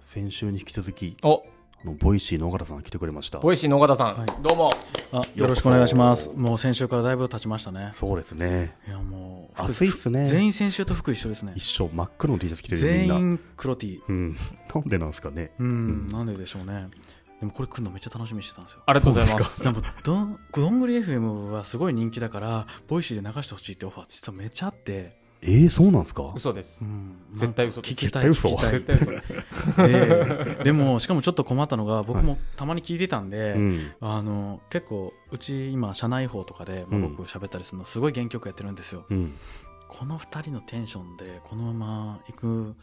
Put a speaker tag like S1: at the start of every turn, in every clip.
S1: 先週に引き続き、
S2: お
S1: あのボイシーの尾形さんが来てくれました。
S2: ボイシーの尾形さん、
S1: はい
S2: どうも
S3: あよろしくお願いします。もう先週からだいぶ経ちましたね。
S1: そうですね。
S3: いやもう、
S1: 暑いっすね
S3: 服全員先週と服一緒ですね。
S1: 一生真っ黒の T シャツ着てるよみ
S3: 全
S1: んな。
S3: 員黒 T。
S1: うん。なんでなんですかね。
S3: うん、
S1: ん
S3: なんででしょうね。でもこれ来るのめっちゃ楽しみにしてたんですよ。
S2: ありがとうございます
S3: でもどん、どんぐり FM はすごい人気だから、ボイシーで流してほしいってオファー実はめっちゃあって、
S1: えー、そうなんですか
S2: 嘘です
S3: うん、なん
S2: 絶
S3: か
S2: 対嘘です
S3: 聞きたい、
S1: 絶対嘘
S3: 聞きたい
S2: 絶対嘘で す
S3: ででも、しかもちょっと困ったのが、僕もたまに聞いてたんで、
S1: うん。
S3: あの結構うち今社内報とかで、まあ、僕喋ったりするのすごい原曲やってるんですよ、
S1: うん。
S3: この2人のテンションでこのまま行く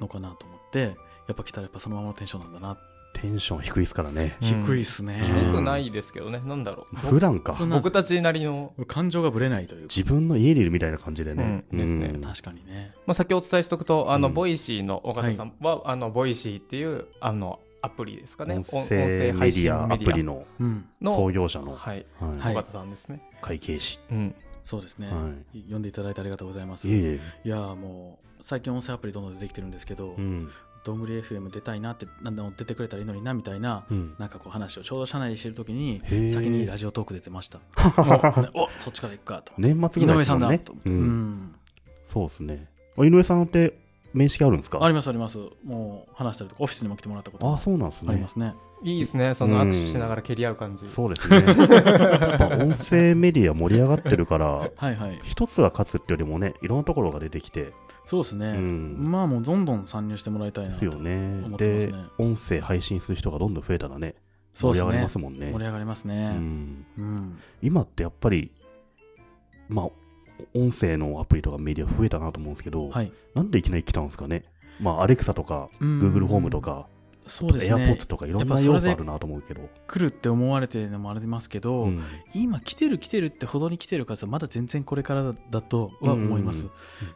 S3: のかなと思ってやっぱ来たらやっぱそのままのテンションなんだな、
S1: テンション低いですからね。
S3: 低いっ
S2: っ
S3: す
S1: う
S3: ね
S2: 低
S1: ん
S2: くないですけどねなんだろ
S1: 普段か。
S3: そん
S2: う
S3: な
S2: 僕たちなりの、
S3: 感情がぶれないというか
S1: 自分の家にいるみたいな感じでね。
S2: うんですね
S3: 確かにね
S2: まあ、先お伝えしておくとあの、
S1: うん
S2: ボイシーの尾形さんは、あのボイシーっていうあのアプリですかね
S1: 音声メディア、アプリの
S3: うん
S1: 創業者の、は
S2: はい、
S1: い
S3: はい
S2: 尾形さんですね、
S1: 会計士。
S2: うん
S3: そうですね、
S1: は
S3: 読んでいただいてありがとうございます
S1: いえいえ。
S3: いやーもう最近音声アプリどんどん出てきてるんですけど、
S1: うん。
S3: どんぐり FM 出たいなってなんでも出てくれたらいいのになみたいな
S1: うん。
S3: なんかこう話をちょうど社内でしてるときに
S1: へー
S3: 先にラジオトーク出て ましたおおそっちから行くかと思って
S1: 年末
S3: 井
S1: ぐらい
S3: 上
S1: です
S3: さ
S1: も
S3: ん
S1: ん
S3: だ
S1: ね
S3: と。思って、
S1: う。
S3: うんん、
S1: そうですね。あ井上さんって面識あるんですか
S3: ありますありますもう話したりとかオフィスにも来てもらったことも
S1: あ、そうなんです
S3: あり
S1: ね
S3: ま。すね
S2: いいですねその握手しながら蹴り合う感じ、
S1: そうですね。やっぱ音声メディア盛り上がってるから、
S3: はいはい
S1: 一つが勝つってよりもね、いろんなところが出てきて、
S3: そうですね、
S1: うん
S3: まあもうどんどん参入してもらいたい
S1: で
S3: な
S1: す
S3: と
S1: よね
S3: 思。ってます
S1: で
S3: ね、
S1: 音声配信する人がどんどん増えたらね、
S3: そ
S1: 盛り上が
S3: うです
S1: り
S3: ね
S1: ますもんね。
S3: 盛り上がります
S1: う
S3: ね
S1: ん
S3: うん、
S1: 今ってやっぱり、まあ、音声のアプリとかメディア増えたなと思うんですけど、
S3: はい、
S1: なんでいきなり来たんですかね。まあ、アレクサとか、
S3: うん
S1: Google ホームとか、
S3: そうですね
S1: AirPods とかいろん
S3: やっ
S1: な
S3: ぱそ
S1: 要
S3: れで
S1: 素あるなと思うけど。
S3: 来るって思われてるのもありますけど、
S1: うん
S3: 今来てる来てるってほどに来てる数はまだ全然これからだとは思います、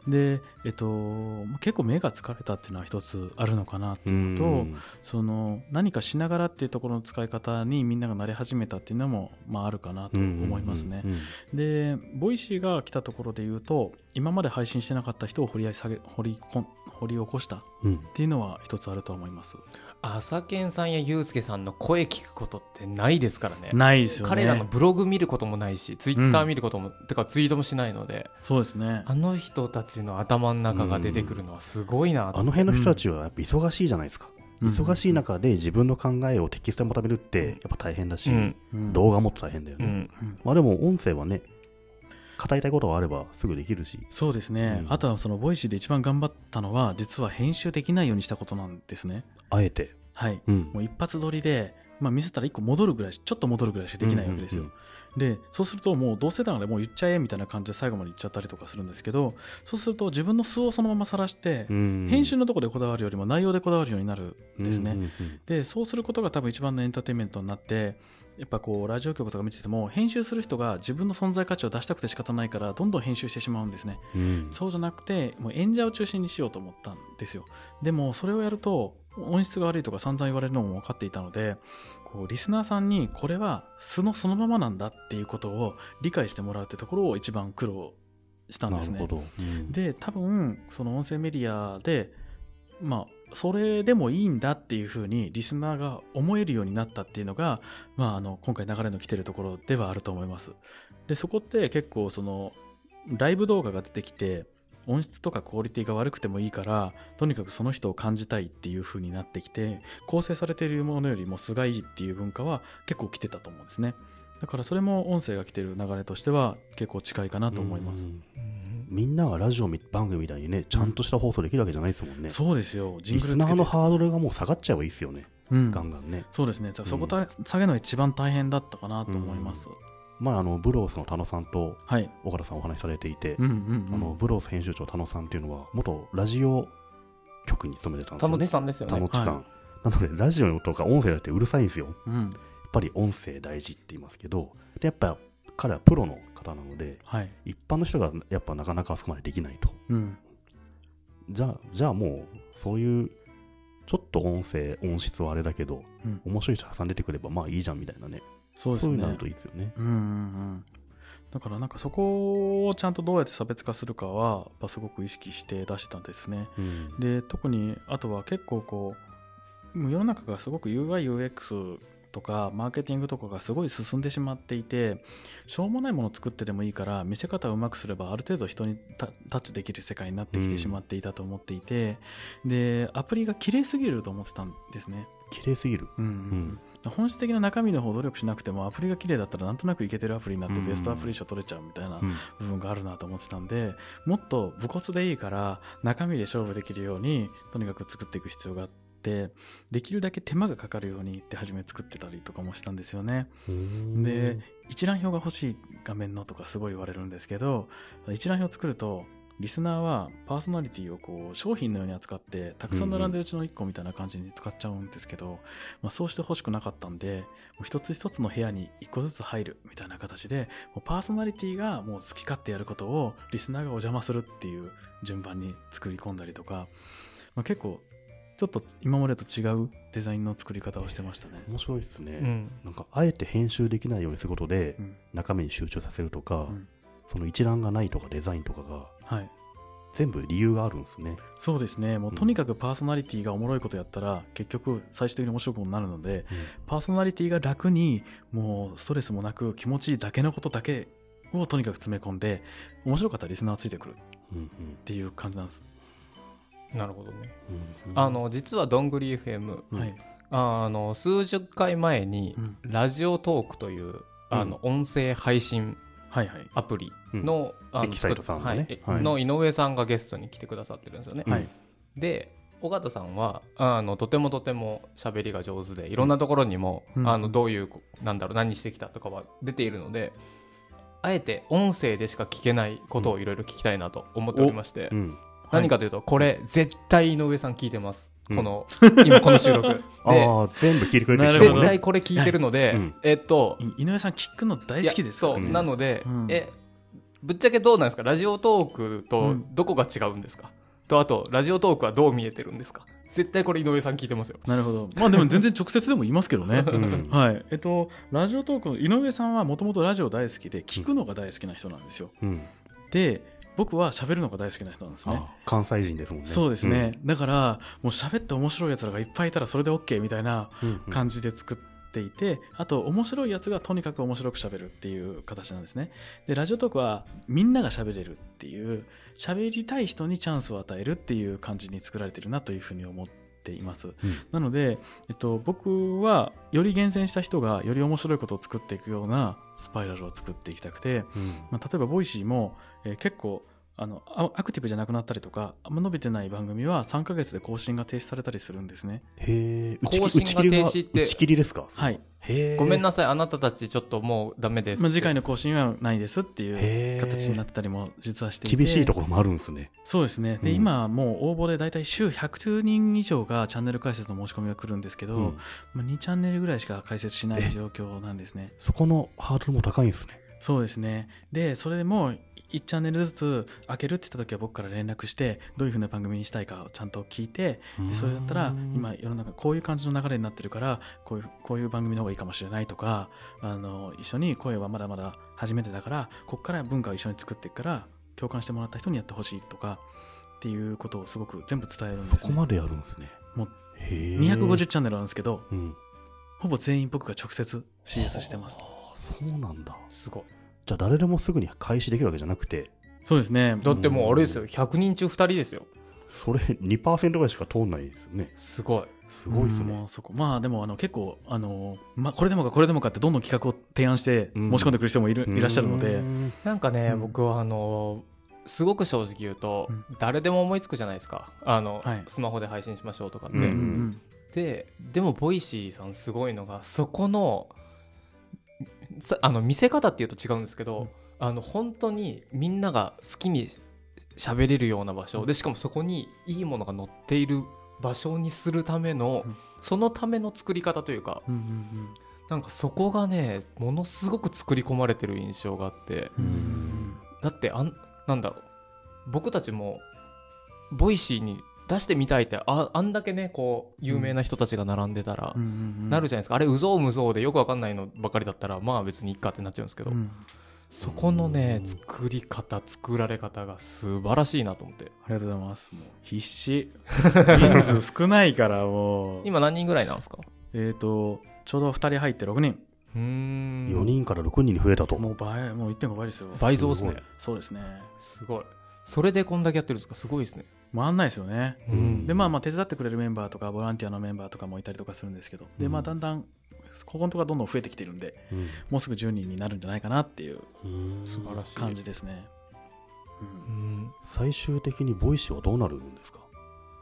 S3: で、えっと、まあ結構目が疲れたっていうのは一つあるのかな
S1: うん
S3: とその何かしながらっていうところの使い方にみんなが慣れ始めたっていうのも、まあ、あるかなと思いますね、
S1: うんうん
S3: でボイシーが来たところで言うと今まで配信してなかった人を掘り下げ掘りこん掘り起こしたっ
S1: うんうん
S3: ていうのは一つあるとは思います
S2: 朝健さんやユうスケさんの声聞くことってないですからね
S3: ないですよね
S2: 彼らのブログ見ることもないしツイッター見ることも、てかツイートもしないので
S3: そうですね
S2: あの人たちの頭の中が出てくるのはすごいな
S1: あの辺の人たちはやっぱ忙しいじゃないですか、忙しい、中で自分の考えをテキストにまとめるってやっぱ大変だし、
S2: うん
S3: うん
S1: 動画もっと大変だよ
S2: う
S1: ね、
S2: ん
S1: まあでも音声はね語りたいことがあればすぐできるし
S3: そうですね、
S1: うん
S3: あとはそのボイシーで一番頑張ったのは実は編集できないようにしたことなんですね
S1: あえて、
S3: はい
S1: うん
S3: もう一発撮りで、まあ、見せたら一個戻るぐらいしちょっと戻るぐらいしかできないわけですよ、
S1: うんうん
S3: でそうするともう同世代なのでもう言っちゃえみたいな感じで最後まで言っちゃったりとかするんですけどそうすると自分の素をそのまま晒して、
S1: うん
S3: 編集のとこでこだわるよりも内容でこだわるようになるんですね、
S1: うんうん
S3: でそうすることが多分一番のエンターテインメントになってやっぱこうラジオ局とか見てても編集する人が自分の存在価値を出したくて仕方ないからどんどん編集してしまうんですね
S1: うんうん
S3: そうじゃなくてもう演者を中心にしようと思ったんですよでもそれをやると音質が悪いとか散々言われるのも分かっていたのでこうリスナーさんにこれは素のそのままなんだっていうことを理解してもらうってところを一番苦労したん
S1: な
S3: です
S1: る
S3: ね
S1: ほど、うん
S3: で多分その音声メディアでまあそれでもいいんだっていうふうにリスナーが思えるようになったっていうのが、まあ、あの今回流れの来てるところではあると思います。でそこって結構そのライブ動画が出てきて音質とかクオリティが悪くてもいいからとにかくその人を感じたいっていう風になってきて構成されているものよりも素がいいっていう文化は結構来てたと思うんですねだからそれも音声が来てる流れとしては結構近いかなと思います、
S1: うんみんながラジオみ番組みたいにねちゃんとした放送できるわけじゃないですもんね、
S3: そうですよジン
S1: リ
S3: グル
S1: ス
S3: つ
S1: ナ
S3: けて
S1: ーのハードルがもう下がっちゃえばいいですよね、
S3: うん
S1: ガンガンね
S3: そうですね、じゃあそこた、下げるのが一番大変だったかなと思います。
S1: 前あのブロースの田野さんと
S3: はい、
S1: 小原さんお話しされていて、
S3: うんうん、うん、
S1: あのブロース編集長田野さんっていうのは元ラジオ局に勤めてたんです
S2: 田
S1: よ
S2: 之
S1: ね
S2: 内さんですよ
S1: 田
S2: ね
S1: 之内さん、
S3: は
S1: なのでラジオとか音声だってうるさいんですよや
S3: う
S1: っ
S3: ん、
S1: ぱり音声大事って言いますけどでやっぱ彼はプロの方なので
S3: はい、
S1: 一般の人がやっぱなかなかあそこまでできないと
S3: うん、
S1: じゃあじゃあもうそういうちょっと音声音質はあれだけど、
S3: うん
S1: 面白い人挟んでてくればまあいいじゃんみたいなね
S3: そうです
S1: そういうのあ
S3: ね
S1: る。といいですよね
S3: うんうんうん。だからなんかそこをちゃんとどうやって差別化するかは、やっぱすごく意識して出したんですね。
S1: うん
S3: で、特にあとは結構こう。もう世の中がすごく UIUX とかマーケティングとかがすごい進んでしまっていてしょうもないものを作ってでもいいから見せ方をうまくすればある程度人にタタッチできる世界になってきてしまっていたと思っていて、でアプリが綺麗すぎると思ってたんですね。
S1: 綺麗すぎる。
S3: うん本質的な中身の方を努力しなくてもアプリが綺麗だったらなんとなくいけてるアプリになって
S1: うん
S3: ベストアプリ賞取れちゃうみたいな
S1: うん
S3: 部分があるなと思ってたんでもっと武骨でいいから中身で勝負できるようにとにかく作っていく必要があってできるだけ手間がかかるようにって初め作ってたりとかもしたんですよね。で、一覧表が欲しい画面のとかすごい言われるんですけど一覧表作るとリスナーはパーソナリティをこう商品のように扱ってたくさん並んでるうちの1個みたいな感じに使っちゃうんですけど、まあ、そうして欲しくなかったんでもう一つ一つの部屋に1個ずつ入るみたいな形でもうパーソナリティがもう好き勝手やることをリスナーがお邪魔するっていう順番に作り込んだりとか、まあ、結構ちょっと今までと違うデザインの作り方をしてましたね。
S1: 面白いですね。
S2: うん
S1: なんか、あえて編集できないようにすることで、
S3: うん
S1: 中身に集中させるとか、
S3: うん
S1: その一覧がないとかデザインとかが、
S3: はい
S1: 全部理由があるんですね。
S3: そうですね。もう
S1: うん
S3: とにかくパーソナリティがおもろいことやったら、結局最終的に面白くもなるので、パーソナリティが楽に、もうストレスもなく気持ちいいだけのことだけをとにかく詰め込んで、面白かったらリスナーついてくるっ
S1: うんうん
S3: ていう感じなんです。
S2: なるほどね。
S1: うんうん
S2: あ、の、実はどんぐり FM、
S1: うん
S3: はい。
S2: あの、数十回前に
S3: うん、
S2: ラジオトークという、あの、音声配信
S3: はいはい。
S2: アプリの、あ
S1: エキサイトさんのね
S2: 作っ
S1: はい
S2: の井上さんがゲストに来てくださってるんですよね。
S1: うん
S3: はい
S2: で尾形さんはあのとてもとても喋りが上手でいろんなところにも、
S3: うん
S2: あのどういうなんだろう何してきたとかは出ているのであえて音声でしか聞けないことをいろいろ聞きたいなと思っておりまして、
S1: うん
S2: 何かというとこれ絶対井上さん聞いてます、
S1: うん
S2: この今この収録で
S1: ああ、全部聞いてくれて
S3: な
S1: る
S3: る
S1: 人も
S2: 絶
S3: ほど
S1: ね。
S2: 対これ聞いてるので、
S1: うん
S2: えっと
S3: い井上さん、聞くの大好きですから
S2: いやそ
S3: ね
S2: う、
S1: うん
S2: なので、
S3: うん
S2: えぶっちゃけどうなんですかラジオトーク
S3: う
S2: と
S3: ん
S2: どこが違うんですか、とあとラジオトークはどう見えてるんですか絶対これ井上さん聞いてますよ
S3: なるほど。まあでも全然直接でも言いますけどね。
S1: うん
S3: はい。えっと、ラジオトークの井上さんはもともとラジオ大好きで、聞くのが大好きな人なんですよ。
S1: うん
S3: で、僕は喋るのが大好きな人なんですね。
S1: あ関西人ですもんね。
S3: そうですね、だからもう喋って面白いやつらがいっぱいいたらそれで OK みたいな
S1: うん。うん
S3: 感じで作っていて、あと面白いやつがとにかく面白く喋るっていう形なんですねでラジオトークはみんなが喋れるっていう喋りたい人にチャンスを与えるっていう感じに作られてるなというふうに思っています
S1: うん
S3: なので、えっと、僕はより厳選した人がより面白いことを作っていくようなスパイラルを作っていきたくて、
S1: うん
S3: まあ、例えばボイシーも、えー結構あのあアクティブじゃなくなったりとかあんま伸びてない番組は3ヶ月で更新が停止されたりするんですね
S1: へえ、打ち
S2: 更
S1: 切
S2: 新
S1: 打ち切
S2: が
S1: りは
S2: 停止って
S1: 打ち切りですか
S3: はい、
S1: へえ。
S2: ごめんなさいあなたたちちょっともうダメです
S3: まあ、次回の更新はないですっていう
S1: へえ。
S3: 形になってたりも実はしていて
S1: 厳しいところもあるんですね。
S3: そうですねで、
S1: うん
S3: 今もう応募で大体週110人以上がチャンネル開設の申し込みが来るんですけど、
S1: うん
S3: まあ、2チャンネルぐらいしか開設しない状況なんですね
S1: そこのハードルも高いんですね。
S3: そうですね。で、それでも、1チャンネルずつ開けるって言った時は僕から連絡して、どういう風な番組にしたいかをちゃんと聞いて、で、それだったら、今世の中こういう感じの流れになってるから、こういう、こういう番組の方がいいかもしれないとか、あの、一緒に声はまだまだ初めてだから、こっから文化を一緒に作っていくから、共感してもらった人にやってほしいとか、っていうことをすごく全部伝えるんです、
S1: そ
S3: ね。
S1: こまでやるんですね。
S3: もう
S1: へえ。
S3: 250チャンネルなんですけど、
S1: うん。
S3: ほぼ全員僕が直接 CS してます。
S1: あーそうなんだ。
S2: すごい
S1: じゃあ誰でもすぐに開始できるわけじゃなくて、
S3: そうですね。
S2: だってもうあれですよ100人中2人ですよ
S1: それ2%ぐらいしか通んないですよね。
S2: すごい
S1: すごいです
S3: うん
S1: ね
S3: も。うそこまあでもあの結構あの、まあ、これでもかこれでもかってどんどん企画を提案して
S1: うん
S3: 申し込んでくる人もいる、いらっしゃるの
S1: う
S3: で
S1: ん
S2: なんかね、
S3: うん
S2: 僕はあのすごく正直言うと、
S3: うん
S2: 誰でも思いつくじゃないですかあの、
S3: はい
S2: スマホで配信しましょうとかって、
S1: うん
S3: うんうん
S2: ででもボイシーさんすごいのがそこのさあの見せ方っていうと違うんですけど、
S3: うん
S2: あの本当にみんなが好きに喋れるような場所でしかもそこにいいものが載っている場所にするための、
S3: うん
S2: そのための作り方というか
S3: うんうん
S2: なんかそこがねものすごく作り込まれてる印象があって
S3: うんうん
S2: だってあんなんだろう僕たちもボイシーに出してみたいってああんだけねこう有名な人たちが並んでたら、
S3: うんうん
S2: なるじゃないですかあれうぞうむぞうでよくわかんないのばかりだったらまあ別にいっかってなっちゃうんですけど、
S3: うん
S2: そこのね作り方作られ方が素晴らしいなと思って
S3: ありがとうございます。もう 必死。人数少ないからもう。
S2: 今何人ぐらいなんですか
S3: えっ、と、ちょうど2人入って6人。
S2: うーん
S1: 4人から6人に増えたと。
S3: もう倍、もう1.5倍ですよ。
S2: 倍増ですね
S3: そうですね。
S2: すごいそれでこんだけやってるんですかすごいですね
S3: 回んないですよね。
S1: うん
S2: うん
S3: で、まあまあ手伝ってくれるメンバーとか、ボランティアのメンバーとかもいたりとかするんですけど、で、まあだんだん、ここのところどんどん増えてきてるんで、
S1: うん
S3: もうすぐ10人になるんじゃないかなっていう
S1: うん
S2: 素晴らしい
S3: 感じですね。
S2: う
S3: うん
S2: ん
S1: 最終的にボイシーはどうなるんですか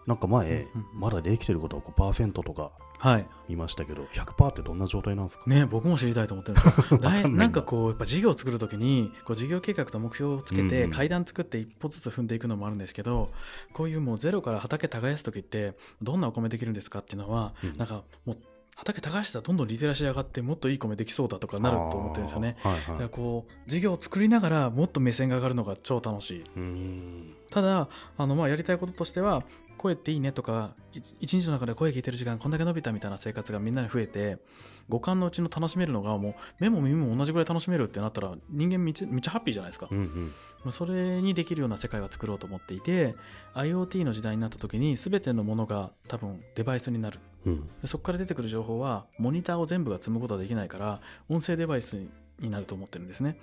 S1: なんか前、
S3: うんうん
S1: まだできてることは5%とか
S3: はい。
S1: 言いましたけど、100%ってどんな状態なんですか
S3: ね、僕も知りたいと思ってるんですよだ
S1: わ
S3: い
S1: かんないんだ
S3: なんかこうやっぱ事業を作るときにこう事業計画と目標をつけ
S1: うんう
S3: て
S1: ん
S3: 階段作って一歩ずつ踏んでいくのもあるんですけどこういうもうゼロから畑耕すときってどんなお米できるんですかっていうのは
S1: うん
S3: なんかもう畑耕したらどんどんリテラシー上がってもっといい米できそうだとかなると思ってるんですよね。
S1: あー。
S3: だ
S1: はい
S3: か
S1: は
S3: ら
S1: い。
S3: こう事業を作りながらもっと目線が上がるのが超楽しい。
S1: うん
S3: ただあのまあやりたいこととしては声っていいねとかい一日の中で声聞いてる時間こんだけ伸びたみたいな生活がみんなに増えて五感のうちの楽しめるのがもう目も耳も同じぐらい楽しめるってなったら人間めっちゃめっちゃハッピーじゃないですか、
S1: うんうん
S3: まあそれにできるような世界は作ろうと思っていて IoT の時代になった時に全てのものが多分デバイスになる
S1: うん
S3: でそこから出てくる情報はモニターを全部が積むことはできないから音声デバイスになると思ってるんですね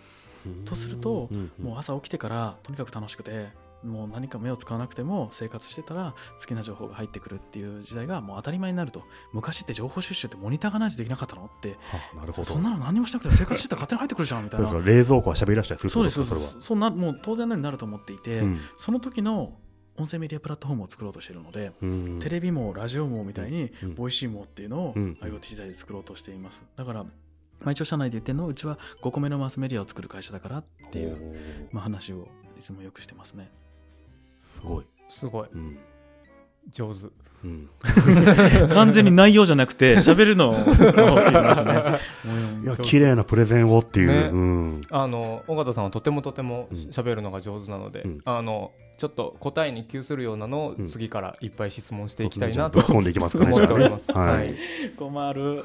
S1: うん
S3: とすると
S1: うんうん
S3: もう朝起きてからとにかく楽しくてもう何か目を使わなくても生活してたら好きな情報が入ってくるっていう時代がもう当たり前になると昔って情報収集ってモニターがないとできなかったのって
S1: あなるほど。
S3: そんなの何もしなくても生活してたら勝手に入ってくるじゃんみたい
S1: そうです
S3: な
S1: か冷蔵庫は喋り出したりするって
S3: そ
S1: こ
S3: う
S1: と
S3: で
S1: ですすか
S3: そうですそんなもう当然のようになると思っていて、
S1: それは。
S3: その時の音声メディアプラットフォームを作ろうとしているので、
S1: うん
S3: テレビもラジオもみたいに、
S1: うん
S3: ボイシーもっていうのを
S1: うん
S3: IoT 時代で作ろうとしていますだから毎朝社内で言ってるのはうちは5個目のマスメディアを作る会社だからっていう
S1: う。
S3: まあ、話をいつもよくしてますね。
S1: すごい。
S2: すごい
S1: うん
S2: 上手
S1: うん
S3: 完全に内容じゃなくて、喋 るのを聞いてます ね。
S1: いや、
S2: そう
S1: 綺麗なプレゼンをってい
S2: ね
S1: ううん。
S2: あの尾形さんはとてもとても
S1: うん
S2: 喋るのが上手なので、
S1: うん
S2: あのちょっと答えに窮するようなの
S1: う
S2: を
S1: ん
S2: 次からいっぱい質問し
S1: そ
S2: て
S1: う
S2: い
S1: で
S2: き
S1: す
S2: た
S1: ね
S2: い
S1: じゃあ
S2: な
S1: ぶ
S2: と
S1: っ込んでいきますかね、
S2: 思
S1: じ
S2: っ
S1: ゃ
S2: て
S1: あ
S2: おり
S1: ね
S2: ます。。
S1: は
S2: はい
S1: い。
S3: 困る。